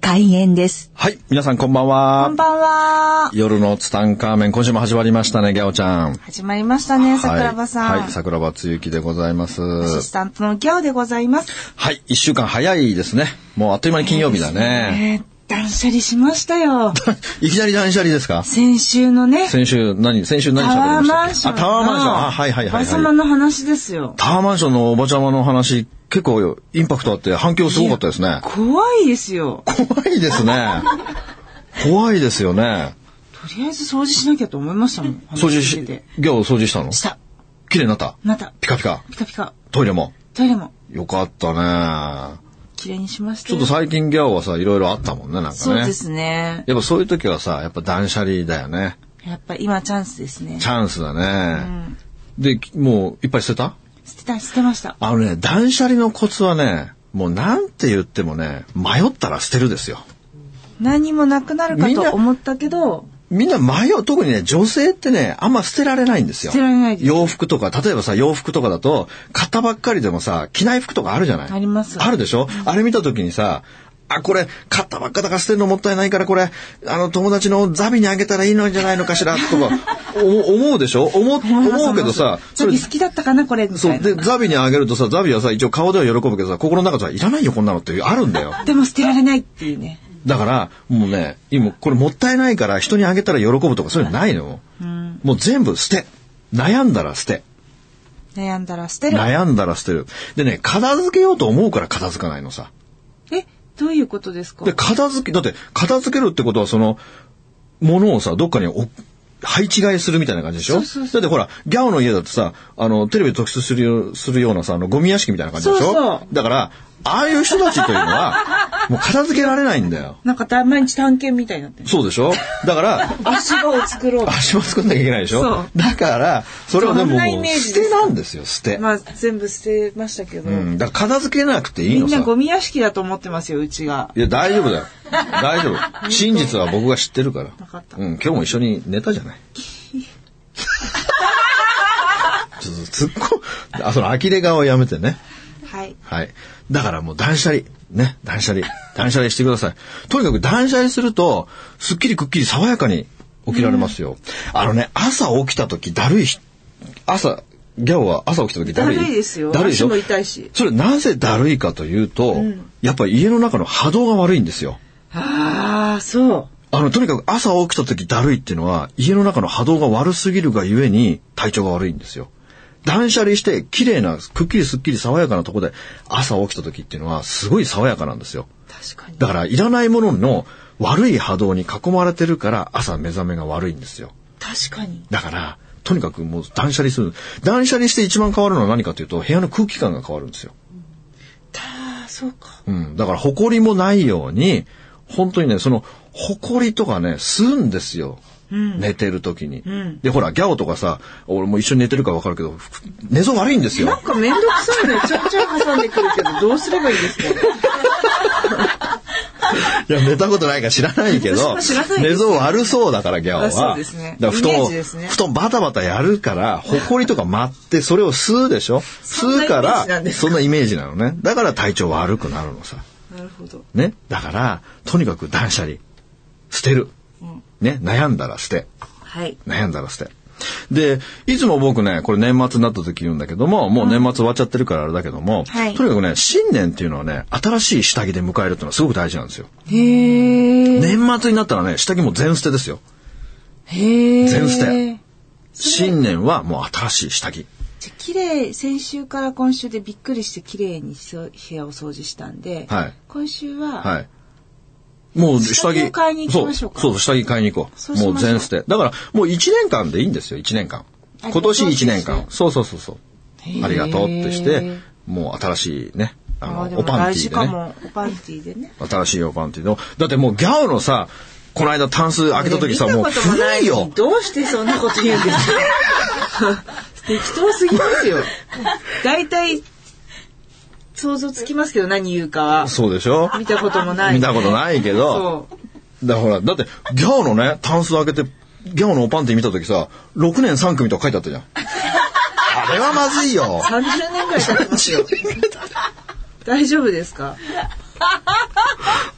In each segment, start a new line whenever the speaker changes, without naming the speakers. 開演です。
はい、皆さんこんばんは。
こんばんは。
夜のツタンカーメン、今週も始まりましたね、ギャオちゃん。
始まりましたね、桜庭さん。
はい、はい、桜庭つゆきでございます。
アシスタントのギャオでございます。
はい、一週間早いですね。もうあっという間に金曜日だね。
えー、断捨離しましたよ。
いきなり断捨離ですか
先週のね、
先週何、先週
タ
何喋
ワー
り
マ
ま
ン
し
ショ
た
ン
っ
の。
けあ、タワーマンション。あ、はいはいはい、
おばさま
はい。
の話ですよ。
タワーマンションのおばちゃまの話、結構インパクトあって反響すごかったですね。
怖いですよ。
怖いですね。 怖いですよね。
とりあえず掃除しなきゃと思いましたもん。
掃除
話聞
し
いてて、
ギャオ掃除したの
した。
綺麗になった
また、
ピカピカ。
ピカピカ。
トイレも。
トイレも、
よかったね。
綺麗にしました
ちょ
よ。
っと最近ギャオはさ、いろいろあったもんね、なんかね。
そうですね。
やっぱそういう時はさ、やっぱ断捨離だよね。
やっぱ今チャンスですね
チ。ャンスだね。で、もういっぱい捨てた
捨てた、捨てました。
あのね、断捨離のコツはね、もうなんて言ってもね、迷ったら捨てるですよ。
何もなくなるか
みんな
と思ったけど、
みんな迷う、特にね、女性ってね、あんま捨てられないんですよ。
捨てられないです
洋服とか、例えばさ、洋服とかだと、買ったばっかりでもさ、着ない服とかあるじゃない
あります
あるでしょ、あれ見た時にさ、あ、これ、買ったばっかだから捨てるのもったいないから、これ、あの、友達のザビにあげたらいいのじゃないのかしら、とか、お思うでしょ思う、
思います
思うけどさ、
思います好き好きだったかな、これ、み
そ
た
う、
いな。
で、ザビにあげるとさ、ザビはさ、一応顔では喜ぶけどさ、心の中ではいらないよ、こんなのってあるんだよ。
でも捨てられないっていうね。
だから、もうね、今、これもったいないから人にあげたら喜ぶとかそういうのないの。
うん。
もう全部捨て。悩んだら捨て。
悩んだら捨てる。
悩んだら捨てる。でね、片付けようと思うから片付かないのさ。
え、どういうことですか
で、片付け、だって、片付けるってことはその、ものをさ、どっかに置く配置換えするみたいな感じでしょ
そうそうそう
だってほら、ギャオの家だってさ、あの、テレビで特集するよするようなさ、あの、ゴミ屋敷みたいな感じでしょ
そうそう
だから、ああいう人たちというのは、もう片付けられないんだよ。
なんかだ毎日探検みたいになってる。
そうでしょだから、
足場を作ろう。
足も作んなきゃいけないでし
そ
ょ
う
だから、それはで
そ
も
んなイ
もう
メージ
捨
です
てなんですよ、捨て。
まあ、全部捨てましたけど。
うん、だから片付けなくていい
み
の
んな
さ。
ゴミ屋敷だと思ってますよ、うちが。
いや、大丈夫 だよ。大丈夫。真実は僕が知ってるから。
かった
うん、今日も一緒に寝たじゃ ない。ちょっと突っ込あ、その呆れ顔やめてね。
はい。
はい。だからもう断捨離。ね、断捨離。断捨離してください。とにかく断捨離すると、すっきりくっきり爽やかに起きられますよ。あのね、朝起きた時だるいひ、朝、ギャオは朝起きた時だるい。
だるいですよ
だるいでしょ
足も痛いし
それなぜだるいかというと、やっぱり家の中の波動が悪いんですよ。
ああ、そう。
あの、とにかく朝起きた時だるいっていうのは、家の中の波動が悪すぎるがゆえに体調が悪いんですよ。断捨離して、綺麗な、くっきりすっきり爽やかなとこで朝起きた時っていうのは、すごい爽やかなんですよ。
確かに。
だから、いらないものの悪い波動に囲まれてるから、朝目覚めが悪いんですよ。
確かに。
だから、とにかくもう断捨離する。断捨離して一番変わるのは何かというと、部屋の空気感が変わるんですよ。
ああ、そうか。
うん。だから、埃もないように、本当にね、その、埃とかね、吸うんですよ。
うん。
寝てる時に。
ん
で、ほら、ギャオとかさ、俺も一緒に寝てるからわかるけど、ふ寝相悪いんです
なん
よ。
かめんどくさいね。ちょんちょん挟んでくるけど、どうすればいいですか
いや、寝たことないから知らないけ
私
ど、
も知らないで
寝
す
相悪そうだから、ギャオは。
あそうですね
だから布団
イメ
を、
ージですね
布団バタバタやるから、埃とか舞って、それを吸うでしょ
そんな
吸うか
イメージなんで
ら、
す
そんなイメージなのね。だから体調悪くなるのさ。
なるほど。
ね。だから、とにかく断捨離。捨てる。
うん。
ね。悩んだら捨て。
はい。
悩んだら捨て。で、いつも僕ね、これ年末になった時言うんだけども、もう年末終わっちゃってるからあれだけども、
はい
とにかくね、新年っていうのはね、新しい下着で迎えるっていうのはすごく大事なんですよ。
へえ。
年末になったらね、下着も全捨てですよ。
へえ。
全捨て新年はもう新しい下着。
じゃあ綺麗先週から今週でびっくりして綺麗にそう部屋を掃除したんで、
はい
今週は、
はい。もう下着。
下着を買いに行きましょうか
そう、そう下着買いに行こ。
そううしましょ
も
う
う全捨て。だから、もう1年間でいいんですよ、1年間。
あ
今年1年
今年一
間
年。
そうそうそうそう。
へー
ありがとうってして、もう新しいね、あ
あーで
の、
も
おパン
大
ティ
事
ーで
か
ね。
も、おパンティーでね。
新しいよパンティーの。だってもうギャオのさ、この間タンス開けた時さ、もう古いよ。
どうしてそんなこと言う んですか適当すぎますよ。大体、想像つきますけど、何言うかは。
そうでしょ
見たこともない。
見たことないけど
そ、
だからほら、だって、ギャオのね、タンス開けて、ギャオのおパンティ見た時さ、6年3組とか書いてあったじゃ ん。あれはまずいよ。
う。30年ぐらい経ってますよ。大丈夫ですか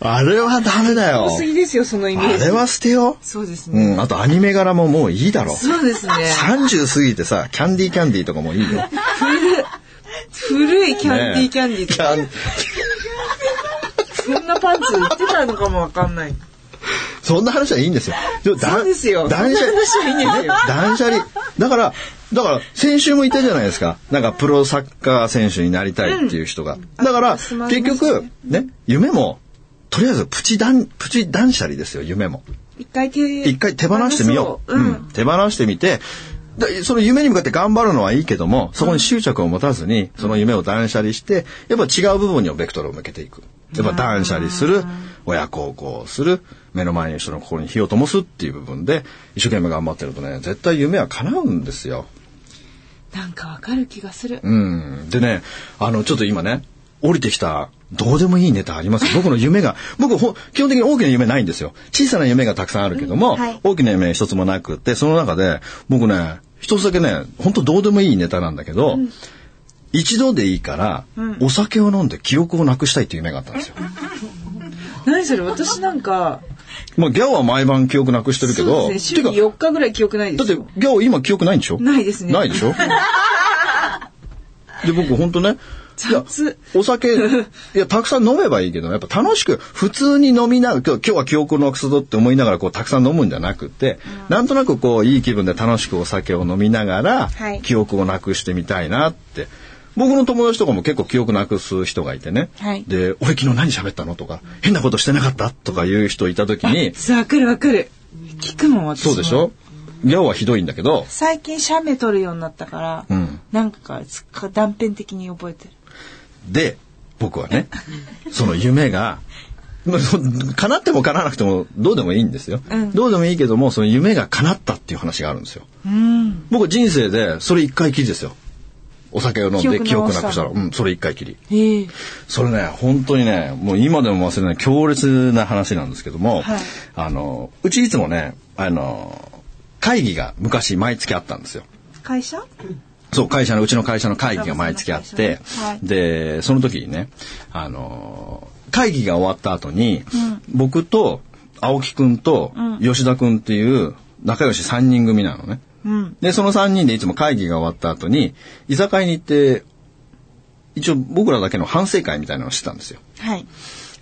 あれはダメだよ
多。すぎですよ、そのイメ
あ
ージ。
れは捨てよう。
そうですね。
うん、あとアニメ柄ももういいだろ。
そうですね。
30過ぎてさ、キャンディーキャンディーとかもいい よ。
古いキャンディーキャンディーと
キ
か、
ャン
そんなパンツ売ってたのかもわかんない。
そんな話はいいんですよ。でもだ
そうですよ。そん
断
な
捨離。
話はいいんですよ。
断 捨離。だから、だから、先週も言ったじゃないですか。なんか、プロサッカー選手になりたいっていう人が。だから、
すまん
結局、ね、夢も、とりあえず、プチ断、プチ断捨離ですよ、夢も。
一回手、
一回手放してみよう。
う
うんん。手放してみて、でその夢に向かって頑張るのはいいけども、そこに執着を持たずに、その夢を断捨離して、やっぱ違う部分にもベクトルを向けていく。やっぱ断捨離する、親孝行をする、目の前の人の心に火を灯すっていう部分で、一生懸命頑張ってるとね、絶対夢は叶うんですよ。
なんかわかる気がする。
うん。でね、あの、ちょっと今ね、降りてきた、どうでもいいネタあり ます。僕の夢が、僕ほん、基本的に大きな夢ないんですよ。小さな夢がたくさんあるけども、
うんはい
大きな夢一つもなくって、その中で、僕ね、一つだけね、本当どうでもいいネタなんだけど、一度でいいから、お酒を飲んで記憶をなくしたいっていう夢があったんですよ。
何それ私なんか、
まあ、ギャオは毎晩記憶なくしてるけ
そ
ど、
うですね、週
てか
に4日ぐらい記憶ないで
だっ
す
て
よ。
ギャオ今記憶ないんでしょ
ないですね
ない でしょで僕本当ねいや
雑
お 酒いやたくさん飲めばいいけどやっぱ楽しく普通に飲みながら今日今日は記憶のくすぞって思いながらこうたくさん飲むんじゃなくてなんとなくこういい気分で楽しくお酒を飲みながら、
はい
記憶をなくしてみたいなって僕の友達とかも結構記憶なくす人がいてね、
はい
で「俺昨日何喋ったの?」とか「変なことしてなかった?」とかいう人いた時 に
そうわかるわかる。聞くもん私
そ
も
うでしょギャオはひどいんだけど
最近写メ撮るようになったから、
うん
なんかつか断片的に覚えてる。
で僕はねその夢がまあそ叶っても叶わなくてもどうでもいいんですよ、
うん
どうでもいいけどもその夢が叶ったっていう話があるんですよ、僕人生でそれ一回きりですよお酒を飲んで記
記憶
憶
直した
なくしたら、うん、それ一回きり
ええ
それね本当にねもう今でも忘れない強烈な話なんですけども、
はい
あのうちいつもねあの会議が昔毎月あったんですよ
会社
そう、会社の、うちの会社の会議が毎月あって、
はい
で、その時にね、あのー会議が終わった後に、僕と青木くんと吉田くんっていう仲良し3人組なのね。
うん。
で、その3人でいつも会議が終わった後に、居酒屋に行って、一応僕らだけの反省会みたいなのをしてたんですよ。
はい。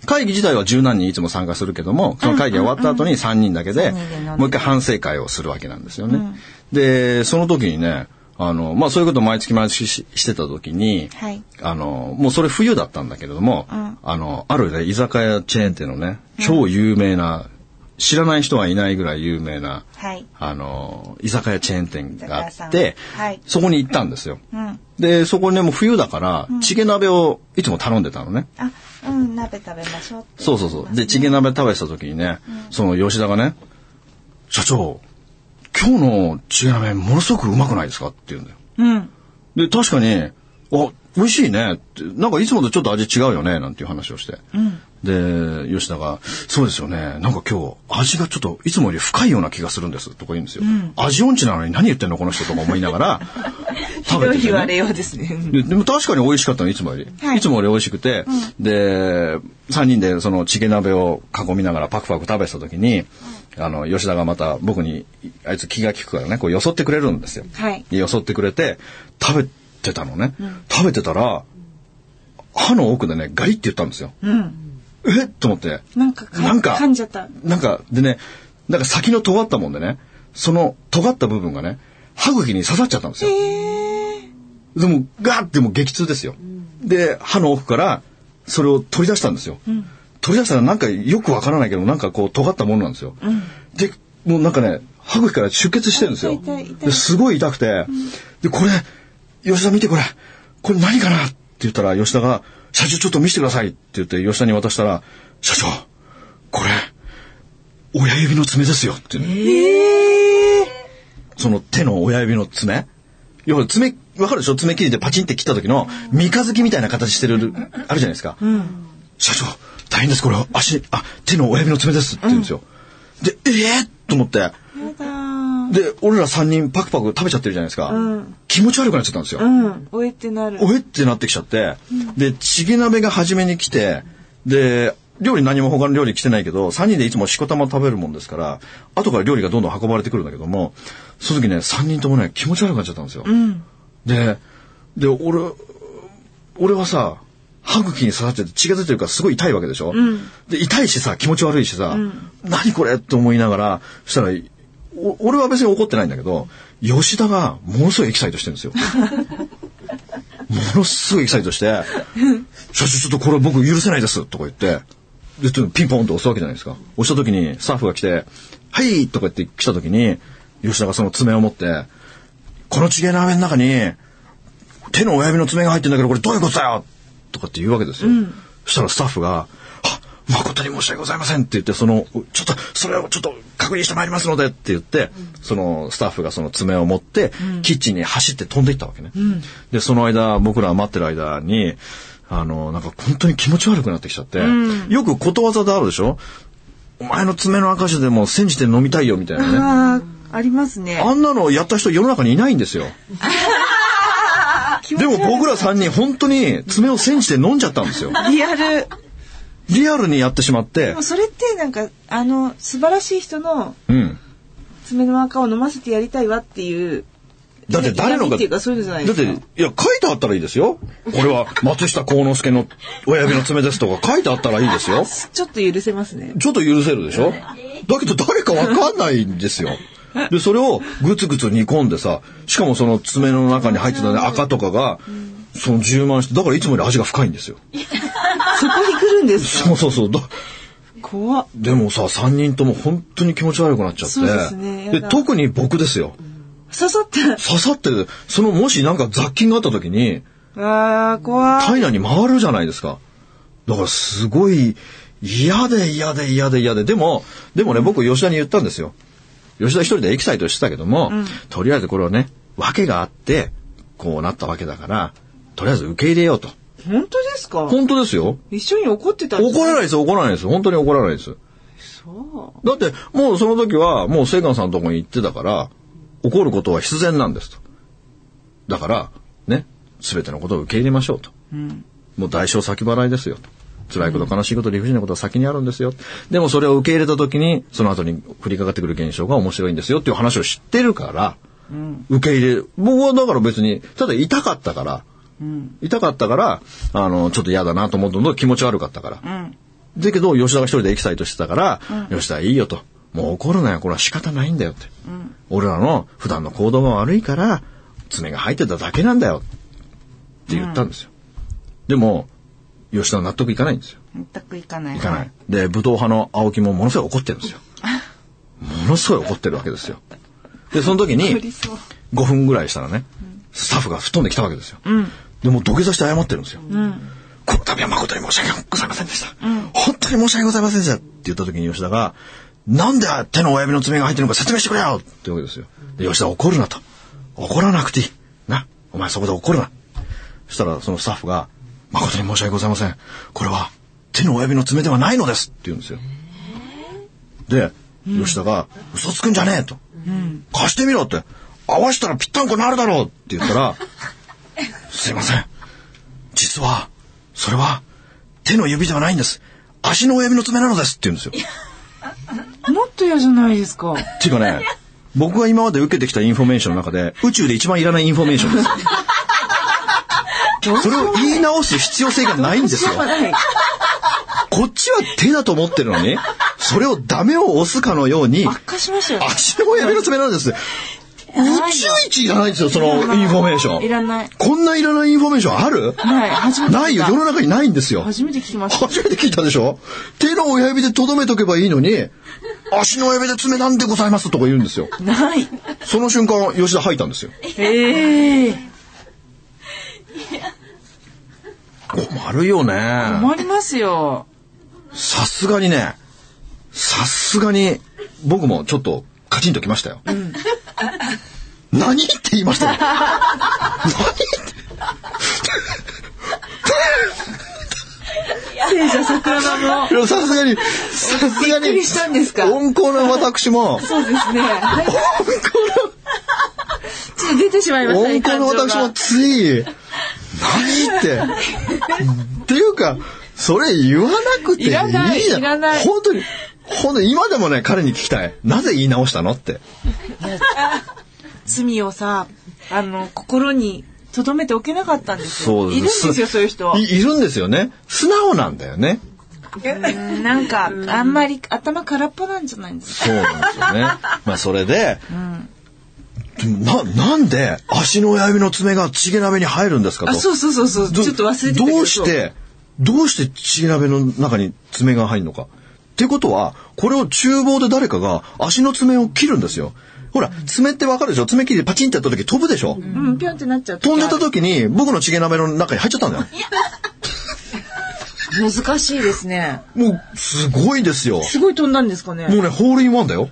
会議自体は十何人いつも参加するけども、その会議が終わった後に3人だけで
三人で飲んで、
もう一回反省会をするわけなんですよね。で、その時にね、あの、まあ、そういうことを毎月毎月ししてた時に、
はい
あの、もうそれ冬だったんだけれども、
ん
あの、あるね、居酒屋チェーン店のね、超有名な、知らない人はいないぐらい有名な、
はい。
あの、居酒屋チェーン店があっ
居
て
酒屋さんはい、
そこに行ったんですよ。
うん。
で、そこにね、もう冬だから、チゲ鍋をいつも頼んでたのね。
あ、うん、鍋食べましょうって
そうそうそう。で、チゲ鍋食べてた時にね、その吉田がね、社長、今日のチゲ鍋ものすごくうまくないですかって言うんだよ。
うん。
で、確かに、あ、美味しいねって、なんかいつもとちょっと味違うよね、なんていう話をして。で、吉田が、そうですよね、なんか今日味がちょっといつもより深いような気がするんです、とか言うんですよ。味音痴なのに何言ってんの、この人とか思いながら、
ひどい言われようですね。
ででも確かに美味しかったのいつもより、
はい
い、つもより美味しくて、で3人でそのチゲ鍋を囲みながらパクパク食べてた時に、あの吉田がまた僕にあいつ気が利くからねこうよそってくれるんですよ、
はい。
よそってくれて食べてたのね、食べてたら歯の奥でねガリって言ったんですよ、
うん。
えっと思って
なんかか
なんか
噛んじゃった。
なんかでねなんか先の尖ったもんでねその尖った部分がね歯茎に刺さっちゃったんですよ、
ええ
でも、ガーってもう激痛ですよ。で、歯の奥から、それを取り出したんですよ。取り出したらなんかよくわからないけど、なんかこう尖ったものなんですよ。で、もうなんかね、歯茎から出血してるんですよ。
痛い痛い痛い
ですごい痛くて、で、これ、吉田見てこれ、これ何かなって言ったら、吉田が、社長ちょっと見せてくださいって言って、吉田に渡したら、社長、これ、親指の爪ですよっていうの、
ええ
その手の親指の爪。要は爪、わかるでしょ爪切りでパチンって切った時の三日月みたいな形してる、あるじゃないですか。社長、大変です、これは足、あ、手の親指の爪ですって言うんですよ。で、えー、と思って、
ー。やだー。
で、俺ら3人パクパク食べちゃってるじゃないですか。
うん
気持ち悪くなっちゃったんですよ。
うん。おえってなる。
おえってなってきちゃって、で、チゲ鍋が初めに来て、で、料理何も他の料理来てないけど、3人でいつもしこたま食べるもんですから、後から料理がどんどん運ばれてくるんだけども、その時ね、3人ともね、気持ち悪くなっちゃったんですよ。で、で、俺、俺はさ、歯茎に刺さってて血が出てるからすごい痛いわけでしょ、で、痛いしさ、気持ち悪いしさ、何これって思いながら、そしたら、お俺は別に怒ってないんだけど、吉田がものすごいエキサイトしてるんですよ。ものすごいエキサイトして、社長ちょっとこれ僕許せないですとか言って、で、ちょっとピンポンと押すわけじゃないですか。押した時にスタッフが来て、はいとか言って来た時に、吉田がその爪を持って、このチゲ鍋の中に、手の親指の爪が入ってんだけど、これどういうことだよとかって言うわけですよ。そしたらスタッフが、あ、誠に申し訳ございませんって言って、その、ちょっと、それをちょっと確認してまいりますのでって言って、そのスタッフがその爪を持って、キッチンに走って飛んでいったわけね。で、その間、僕ら待ってる間に、あの、なんか本当に気持ち悪くなってきちゃって、よくことわざであるでしょお前の爪の赤字でもう煎じて飲みたいよみたいなね。
あー、ありますね。
あんなのをやった人世の中にいないんですよ。
気持
で
ち悪
も
い
僕ら3人本当に爪を煎じて飲んじゃったん ですよ。
リアル。
リアルにやってしまって
でも、それってなんか、あの、素晴らしい人の
うん。
爪の赤を飲ませてやりたいわっていう。
だって誰の
手紙
が、
ってい
だ
うか
って、
そういうのじゃない
いや、
です
書
か。
いてあったらいいですよ。これは松下幸之助の親指の爪ですとか書いてあったらいいですよ。
ちょっと許せますね。
ちょっと許せるでしょだけど誰かわかんないんですよ。で、それをぐつぐつ煮込んでさ、しかもその爪の中に入ってたね、赤とかが、その充満して、だからいつもより味が深いんですよ。
そこに来るんです
そ
か
うそうそう。だ
怖っ。
でもさ、3人とも本当に気持ち悪くなっちゃって。
そうですねや
で
だ
特に僕ですよ。
刺さった。
刺さってる、そのもしなんか雑菌があった時に、
ああ、怖い。
体内に回るじゃないですか。だからすごい嫌で嫌で嫌で嫌で。でも、でもね、僕吉田に言ったんですよ。吉田一人でエキサイトしてたけども、とりあえずこれはね、訳があって、こうなったわけだから、とりあえず受け入れようと。
本当ですか
本当ですよ。
一緒に怒ってたんです
怒らないです、怒らないです。本当に怒らないです。
そう。
だって、もうその時は、もう聖寛さんのとこに行ってたから、怒ることは必然なんですと。だから、ね、すべてのことを受け入れましょうと。もう代償先払いですよと。辛いこと、悲しいこと、理不尽なことは先にあるんですよ。でもそれを受け入れた時に、その後に降りかかってくる現象が面白いんですよっていう話を知ってるから、受け入れ、僕はだから別に、ただ痛かったから、痛かったから、あの、ちょっと嫌だなと思ったのと気持ち悪かったから。だけど、吉田が一人でエキサイトしてたから、吉田いいよと。もう怒るなよ、これは仕方ないんだよって。俺らの普段の行動が悪いから、爪が入ってただけなんだよって言ったんですよ。でも、吉田は納得いかないんですよ。
全くいかない
いかない。で、武闘派の青木もものすごい怒ってるんですよ。ものすごい怒ってるわけですよ。で、その時 に、
怒りそう。
5分ぐらいしたらね、スタッフが吹っ飛んできたわけですよ。でもう土下座して謝ってるんですよ。この度は誠に申し訳ございませんでした。本当に申し訳ございませんでしたって言った時に吉田が、なんで手の親指の爪が入ってるのか説明してくれよってわけですよ。で、吉田怒るなと。怒らなくていい。な。お前そこで怒るな。そしたらそのスタッフが、誠に申し訳ございません。これは手の親指の爪ではないのですって言うんですよ。で、吉田が、嘘つくんじゃねえと。貸してみろって。合わせたらぴったんこなるだろうって言った ら、すいません。実は、それは、手の指ではないんです。足の親指の爪なのですって言うんですよ。
もっと嫌じゃないですか。
っていうかね、僕が今まで受けてきたインフォメーションの中で、宇宙で一番いらないインフォメーションです。それを言い直す必要性がないんですよ。
はい。
こっちは手だと思ってるのに、それをダメを押すかのように、
悪化しましたよ。
足の親指の爪なんです。宇宙一いらないですよ、そのインフォメーション。
いらない
こんないらないインフォメーションある
ない。初めて聞いた。
ないよ、世の中にないんですよ。
初めて聞きました。
初めて聞いたでしょ手の親指でとどめとけばいいのに、足の親指で爪なんでございますとか言うんですよ。
ない。
その瞬間、吉田吐いたんですよ。
ええ
困るよね。
困りますよ。
さすがにね、さすがに、僕もちょっとカチンときましたよ。何って言いましたよ。何
聖者桜庭も。
いやさすがに、さすがに。
びっくりしたんですか
温厚な私も、
そうですね。ちょっと出てしまいました
温
ね。
厚な
感情
私
が
もつい、何って。 っていうか、それ言わなくていいじゃん。
いらないいらない
本当に、本当に今でもね、彼に聞きたい。なぜ言い直したのって。
罪をさ、あの、心に留めておけなかったんですよ。いるんですよ、そういう人。
いいるんですよね。素直なんだよね。
うんなんか、あんまり頭空っぽなんじゃないんですか。
そうなんです よね。まあそれで、な、なんで足の親指の爪がチゲ鍋に入るんですかと。
あ、そうそうそうそう。
ど
ちょっと忘れてたけど。
どうしてどうしてチゲ鍋の中に爪が入るのかってことはこれを厨房で誰かが足の爪を切るんですよほら爪ってわかるでしょ爪切りでパチンってやった時飛ぶでしょ、
うん、ぴょんってなっちゃう。
飛んじゃった時に僕のチゲ鍋の中に入っちゃったんだよ
難しいですね。
もうすごいですよも
すごい飛んだんですかね。
うねホールインワンだよ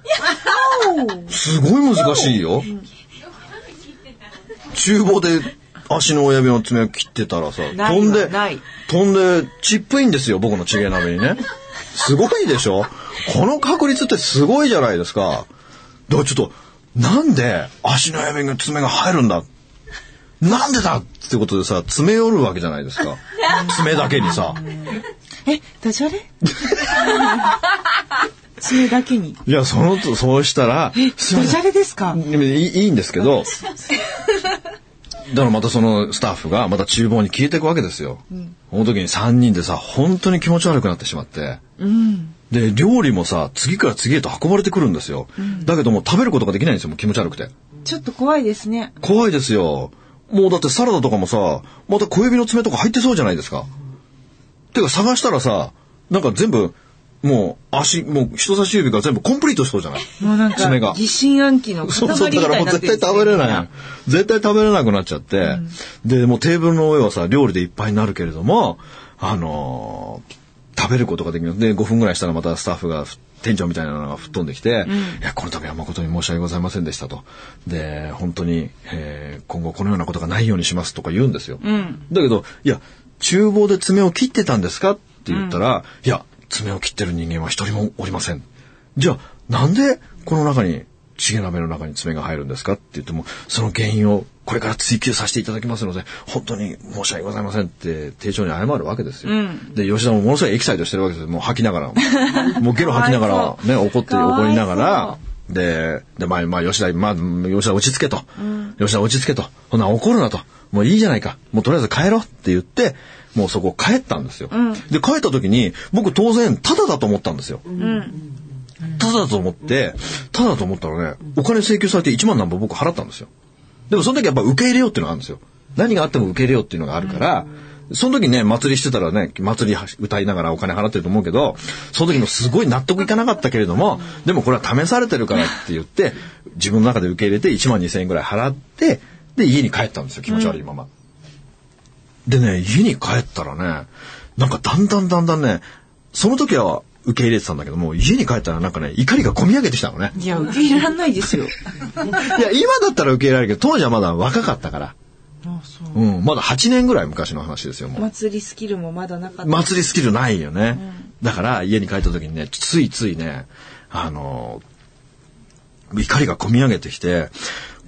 すごい難しいよ厨房で足の親指の爪を切ってたらさ
ない
飛んで
ない
飛んでチップインですよ僕のチゲ鍋にねすごいでしょこの確率ってすごいじゃないですかだからちょっとなんで足の親指の爪が入るんだなんでだってことでさ詰め寄るわけじゃないですか爪だけにさ
え、ダジャレ 爪だけに。
いやそのとそうしたらすいません
ダジャレですか
でもいいいいんですけどだからまたそのスタッフがまた厨房に消えていくわけですよ、この時に3人でさ本当に気持ち悪くなってしまって、で料理もさ次から次へと運ばれてくるんですよ、だけどもう食べることができないんですよもう気持ち悪くて
ちょっと怖いですね。
怖いですよもうだってサラダとかもさまた小指の爪とか入ってそうじゃないですかてか探したらさなんか全部もう足もう人差し指が全部コンプリートしそうじゃない
もうなんか
爪が、
疑心暗鬼の塊
そうそう、だ
み
か
た
ら
い
も
に
う
なってる
絶対食べれない。絶対食べれなくなっちゃって、で、もうテーブルの上はさ、料理でいっぱいになるけれども、あのー食べることができます。で、5分ぐらいしたらまたスタッフが、店長みたいなのが吹っ飛んできて、いや、この度は誠に申し訳ございませんでしたと。で、本当に、えー今後このようなことがないようにしますとか言うんですよ。
ん
だけど、いや、厨房で爪を切ってたんですかって言ったら、いや、爪を切ってる人間は一人もおりません。じゃあ、なんでこの中に、チゲ鍋の中に爪が入るんですかって言っても、その原因をこれから追求させていただきますので、本当に申し訳ございませんって、丁重に謝るわけですよ。
うん
で、吉田もものすごいエキサイトしてるわけですよ。もう吐きながら。 もうゲロ吐きなが
かわ
ら、
いそ
ね、
う
怒って怒りなが
かわいそ
ら、で、で、まあ、まあ、吉田、まあ、吉田落ち着けと。吉田落ち着けと。ほな、怒るなと。もういいじゃないか。もうとりあえず帰ろうって言って、もうそこ帰ったんですよ。で、帰った時に、僕当然、タダだと思ったんですよ。
うん。
タダだと思って、タダだと思ったらね、お金請求されて1万何本僕払ったんですよ。でもその時やっぱ受け入れようっていうのがあるんですよ。何があっても受け入れようっていうのがあるから、その時ね、祭りしてたらね、祭り歌いながらお金払ってると思うけど、その時もすごい納得いかなかったけれども、でもこれは試されてるからって言って、自分の中で受け入れて1万2千円ぐらい払って、で、家に帰ったんですよ、気持ち悪いまま。でね、家に帰ったらね、なんかだんだんだんだんね、その時は受け入れてたんだけども、家に帰ったらなんかね、怒りがこみ上げてきたのね。
いや、受け入れらんない ですよ。
いや、今だったら受け入れられるけど、当時はまだ若かったから。
あそう
うん、まだ8年ぐらい昔の話ですよ、もう。
祭りスキルもまだなかった。
祭りスキルないよね。だから、家に帰った時にね、ついついね、あのー怒りがこみ上げてきて、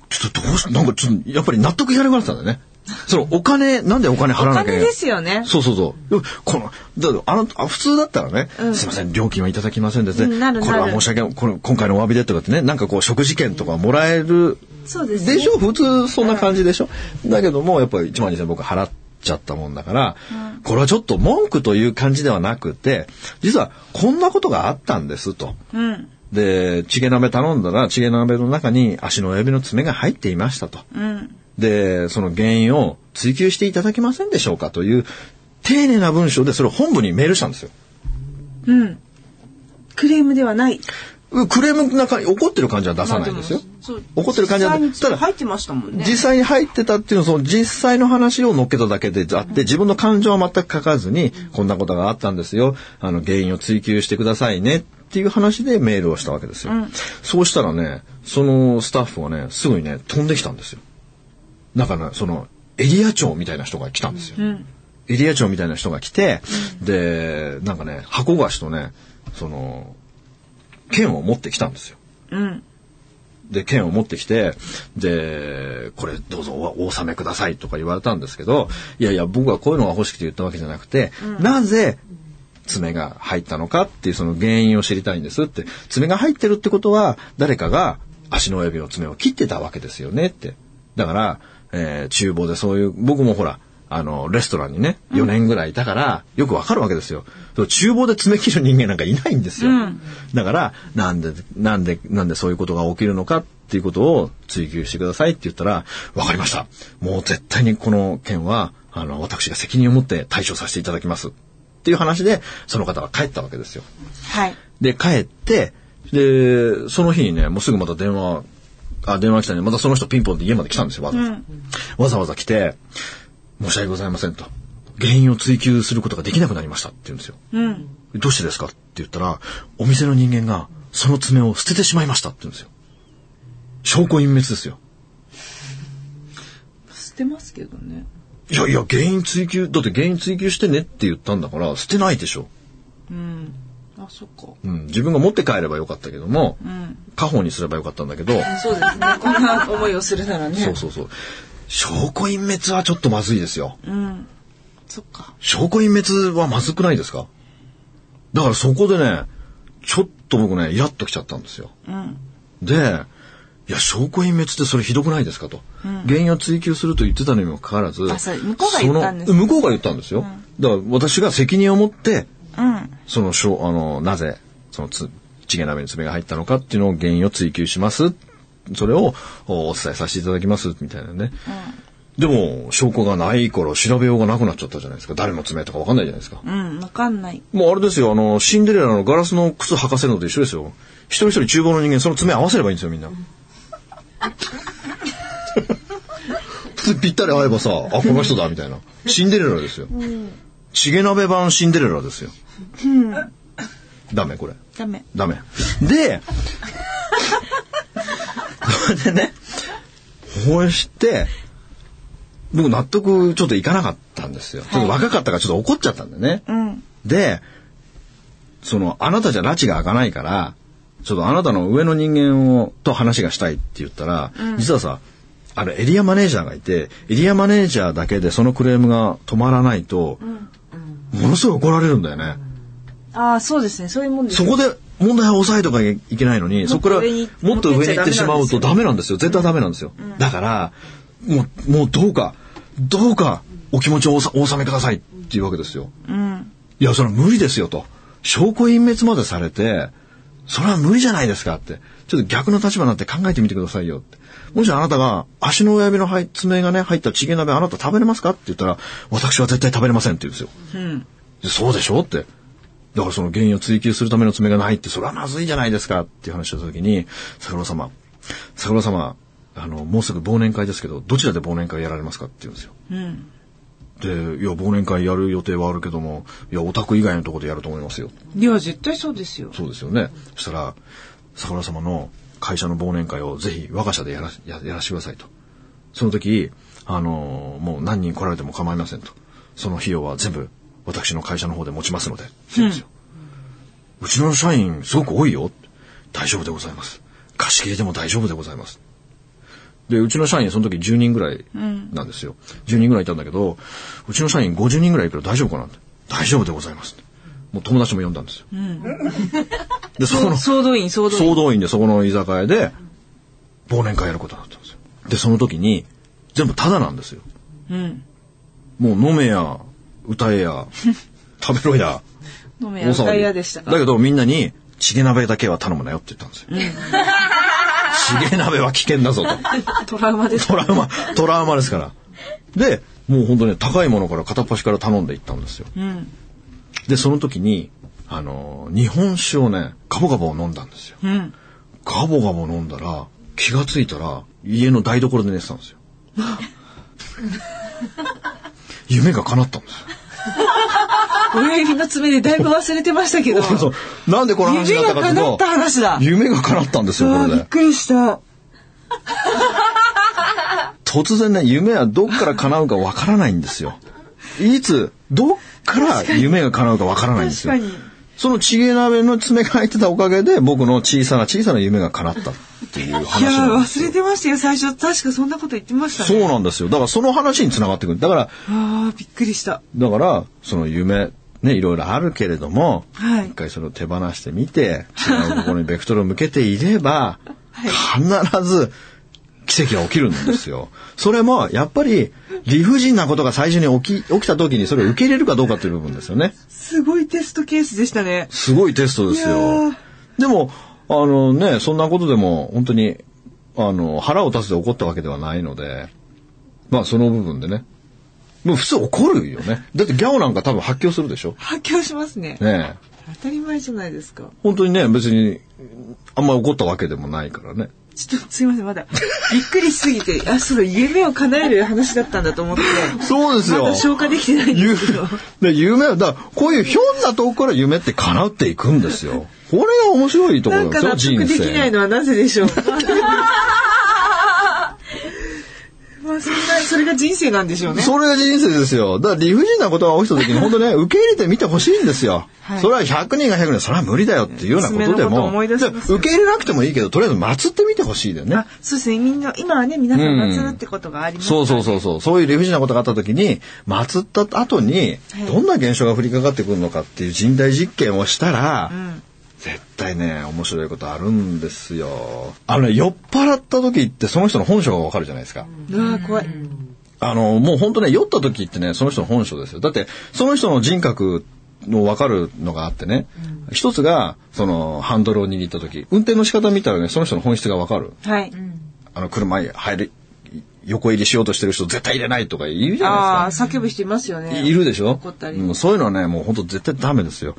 ちょっとどうし、なんかちょっと、やっぱり納得いかなくなってたんだよ ね。そのお金、なんでお金払
お
わなきゃいけない
金ですよね。
そうそうそう。でもこの、だからあの、あ普通だったらね、
うん
すいません、料金はいただきませんです
うんな
ね。
る
これは
なる
申し訳ない、この今回のお詫びでとかってね、なんかこう、食事券とかもらえる
そう
で
ですね
しょ普通そんな感じでしょ、だけども、やっぱり1万2000僕払っちゃったもんだから、これはちょっと文句という感じではなくて、実はこんなことがあったんですと。
うん。
で、チゲ鍋頼んだら、チゲ鍋の中に足の親指の爪が入っていましたと。
うん。
で、その原因を追求していただけませんでしょうかという、丁寧な文章でそれを本部にメールしたんですよ。
うん。クレームではない。
クレームなんか怒ってる感じは出さないんですよ。
そう
怒ってる感じだった
実際
た
に
だ
入ってましたもんね。
実際に入ってたっていうのは、その実際の話を乗っけただけであって、自分の感情は全く書かずに、こんなことがあったんですよ。あの、原因を追求してくださいね。っていう話でメールをしたわけですよ。そうしたらね、そのスタッフはね、すぐにね、飛んできたんですよ。なんかね、その、エリア長みたいな人が来たんですよ。エリア長みたいな人が来て、で、なんかね、箱菓子とね、その、剣を持ってきたんですよ。
うん。
で、剣を持ってきて、で、これどうぞおお納めくださいとか言われたんですけど、いやいや、僕はこういうのが欲しくて言ったわけじゃなくて、なぜ爪が入ったのかっていうその原因を知りたいんですって、爪が入ってるってことは、誰かが足の親指の爪を切ってたわけですよねって。だから、えー厨房でそういう、僕もほら、あの、レストランにね、4年ぐらいいたから、よくわかるわけですよ。そう厨房で爪切る人間なんかいないんですよ。だから、なんで、なんで、なんでそういうことが起きるのかっていうことを追求してくださいって言ったら、わかりました。もう絶対にこの件は、あの、私が責任を持って対処させていただきます。っていう話で、その方は帰ったわけですよ。
はい。
で、帰って、で、その日にね、もうすぐまた電話、あ、電話来たね。またその人ピンポンって家まで来たんですよ、わざわざ。わざわざ来て、申し訳ございませんと。原因を追求することができなくなりましたって言うんですよ。
うん。
どうしてですかって言ったら、お店の人間がその爪を捨ててしまいましたって言うんですよ。証拠隠滅ですよ。
捨てますけどね。
いやいや、原因追求、だって原因追求してねって言ったんだから、捨てないでしょ。
うん。あ、そっか。
うん、自分が持って帰ればよかったけども、
うん。
家宝にすればよかったんだけど、
そうですね。こんな思いをするならね。
そうそうそう。証拠隠滅はちょっとまずいですよ。
うん。そっか。
証拠隠滅はまずくないですかだからそこでね、ちょっと僕ね、イラッときちゃったんですよ。
うん。
で、いや、証拠隠滅ってそれひどくないですかと。原因を追求すると言ってたのにもかかわらず、
あそう向こうが言ったんです
その向こうが言ったんですよ。だから私が責任を持って、
うん。
その、しょうあの、なぜ、そのつ、チゲ鍋に爪が入ったのかっていうのを原因を追求します。それをおお伝えさせていただきます、みたいなね。でも、証拠がないから調べようがなくなっちゃったじゃないですか。誰の爪とかわかんないじゃないですか。
うん。わかんない。
もうあれですよ、あの、シンデレラのガラスの靴履かせるのと一緒ですよ。一人一人厨房の人間、その爪合わせればいいんですよ、みん な。ぴったり合えばさ、あ、この人だ、みたいな。シンデレラですよ。チゲ鍋版シンデレラですよ。ダメ、これ。
ダメ。
ダメ。で、それでね、こうして、僕納得ちょっといかなかったんですよ。ちょっと若かったからちょっと怒っちゃったんだよね。
うん。
で、その、あなたじゃ拉致が開かないから、ちょっとあなたの上の人間を、と話がしたいって言ったら、実はさ、あれエリアマネージャーがいて、エリアマネージャーだけでそのクレームが止まらないと、ものすごい怒られるんだよね。
ああ、そうですね。そういうもんです
そ
よ。
こで問題を抑えとかいけないのに、そこから
もっと上に
もっと上に行ってしまうとダメなんですよ。絶対ダメなんですよ。だから、もう、もうどうか、どうかお気持ちをおさお納めくださいっていうわけですよ。
うん。
いや、それは無理ですよと。証拠隠滅までされて、それは無理じゃないですかって。ちょっと逆の立場になって考えてみてくださいよって。もしあなたが足の親指の入爪がね、入ったチゲ鍋あなた食べれますかって言ったら、私は絶対食べれませんって言うんですよ。
うん。
でそうでしょって。だからその原因を追求するための爪がないって、それはまずいじゃないですかっていう話をした時に、桜庭様、桜庭様、あの、もうすぐ忘年会ですけど、どちらで忘年会やられますかって言うんですよ。
うん。
で、いや、忘年会やる予定はあるけども、いや、オタク以外のところでやると思いますよ。
いや、絶対そうですよ。
そうですよね。そしたら、桜様の会社の忘年会をぜひ我が社でやらややらしてくださいと。その時、あのーもう何人来られても構いませんと。その費用は全部私の会社の方で持ちますので。って言うんですよ。うちの社員すごく多いよ。大丈夫でございます。貸し切りでも大丈夫でございます。で、うちの社員その時10人ぐらいなんですよ。10人ぐらいいたんだけど、うちの社員50人ぐらいいるけど大丈夫かなって。大丈夫でございます。もう友達も呼んだんですよ。で、そこの
総動員、総動員。
総動員でそこの居酒屋で忘年会やることになったんですよ。で、その時に全部タダなんですよ。
うん。
もう飲めや、歌え や、食べろや、
飲め
大
や、
騒ぎ
歌いやでした
だ
か。
けどみんなに、チゲ鍋だけは頼むなよって言ったんですよ。チゲ鍋は危険だぞと。
トラウマです。
トラウマ、トラウマですから。で、もう本当に高いものから片っ端から頼んでいったんですよ。
うん。
で、その時に、あのー日本酒をね、ガボガボ飲んだんですよ。
うん。
ガボガボ飲んだら、気がついたら、家の台所で寝てたんです よ。夢が叶ったんですよ。
親指の爪でだいぶ忘れてましたけ ど。
そうなんでこの話に
夢
なった
が
かという
叶っ
と
た、話だ。
夢が叶ったんですよ、
う
こ
わ
れ
びっ
で。
くりした。
突然ね、夢はどっから叶うかわからないんですよ。いつ、どっから夢が叶うかわからないんですよ
確かに。
そのちげ鍋の爪が入ってたおかげで、僕の小さな小さな夢が叶ったっていう
いや
話
ー
なんです
忘
よ
れ。てましたよ最初確かそんなこと言ってましたね
そうなんですよ。だからその話に繋がってくる。だから、
あーびっくりした
だから、その夢、ね、いろいろあるけれども、
はい
一回それを手放してみて、違うところにベクトルを向けていれば、必ず奇跡が起きるんですよ。それも、やっぱり、理不尽なことが最初に起き、起きた時にそれを受け入れるかどうかという部分ですよね。
すごいテストケースでしたね
すごいテストです
いや
よ
ー。
でも、あのね、そんなことでも、本当に、あの、腹を立つで怒ったわけではないので、まあ、その部分でね。もう普通怒るよね。だってギャオなんか多分発狂するでしょ
発狂しますね
ねえ。
当たり前じゃないですか
本当にね、別に、あんま怒ったわけでもないからね。
ちょっとすいませんまだびっくりしすぎてあそうだ夢を叶える話だったんだと思って
そうですよ
まだ消化できてないん
ゆ
ですけ ど
で夢は、だからこういうひょんなとこから夢って叶っていくんですよ。これが面白いとこ
なん
ろで
か
すよ、
納
人生
得
の。
できないのはなぜでしょうまあそんなそれが人生なんでしょうね
それが人生ですよ。だから理不尽なことが起きた 時に本当ね、受け入れてみてほしいんですよ。
はい
それは100人が100人、それは無理だよっていうようなことで
娘のこと
も、
思い出しますよ
受け入れなくてもいいけど、とりあえず祀ってみてほしいだよね
あ。そうですねみんな今はね皆さん祭るってことがありますから
そうそうそうそう。そういう理不尽なことがあった時に、祀った後に、
はい
どんな現象が降りかかってくるのかっていう人体実験をしたら、
ん
絶対ね、面白いことあるんですよ。あのね、酔っ払った時ってその人の本性がわかるじゃないですか。
うわー怖い
あの、もう本当ね、酔った時ってね、その人の本性ですよ。だって、その人の人格の分かるのがあってね、一つが、その、ハンドルを握った時、運転の仕方見たらね、その人の本質が分かる。
はい
あの、車に入る、横入りしようとしてる人絶対入れないとか言うじゃ
あ
ない
あ
ですか。
叫ぶ人いますよね
いるでしょ
怒ったり
うんそういうのはね、もう本当絶対ダメですよ。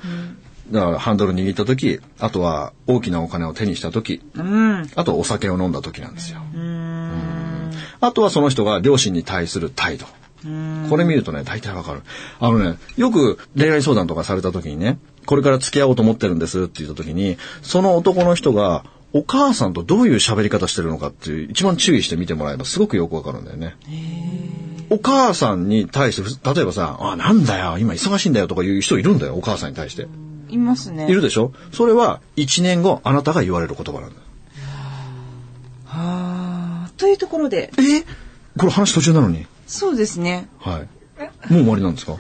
だから、ハンドル握った時、あとは大きなお金を手にした時、
うんう
あとお酒を飲んだ時なんですよ。
ーん
あとはその人が両親に対する態度。これ見るとね、大体わかる。あのね、よく恋愛相談とかされた時にね、これから付き合おうと思ってるんですって言った時に、その男の人が、お母さんとどういう喋り方してるのかっていう、一番注意して見てもらえばすごくよくわかるんだよね。お母さんに対してふつ、例えばさ、あ、なんだよ、今忙しいんだよとか言う人いるんだよ、お母さんに対して。
いますね
いるでしょそれは、1年後、あなたが言われる言葉なんだよ。
あーというところで
えこれ話途中なのに。
そうですね
はい。もう終わりなんですか、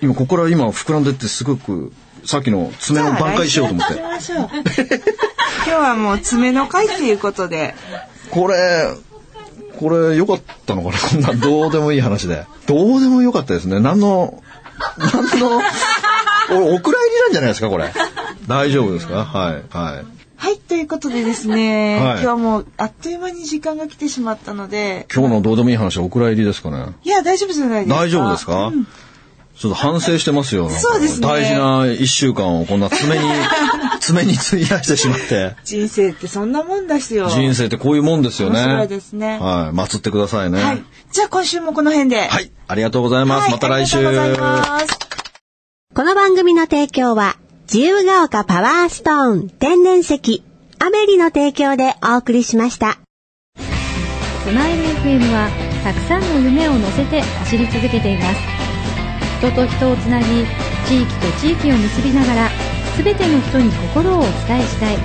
今、ここから今膨らんでってすごく、さっきの爪を挽回しようと思って
じ。ゃあ来週やってみましょう 今日はもう爪の会っていうことで
これ、これ良かったのかなこんなどうでもいい話で。どうでもよかったですね。何の、何の、俺、お蔵入りなんじゃないですかこれ。大丈夫ですかはい。はい。
はいということでですね、
はい
今日もあっという間に時間が来てしまったので
今日のどうでもいい話はお蔵入りですかね
いや大丈夫じゃないですか
大丈夫ですか、ちょっと反省してますよ。なんか
そうですね
大事な一週間をこんな 爪に、爪に費やしてしまって。
人生ってそんなもんですよ
人生ってこういうもんですよね。
面白いですね
はい。祀ってくださいね。
はいじゃあ今週もこの辺では
はいい。ありがとうございます。また来週。
ありがとうございます
この番組の提供は、自由が丘パワーストーン天然石、アメリの提供でお送りしました。
スマイル FM はたくさんの夢を乗せて走り続けています人と人をつなぎ地域と地域を結びながら全ての人に心をお伝えしたい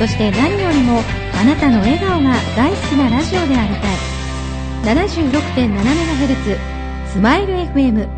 そして何よりもあなたの笑顔が大好きなラジオでありたい 76.7MHz スマイル FM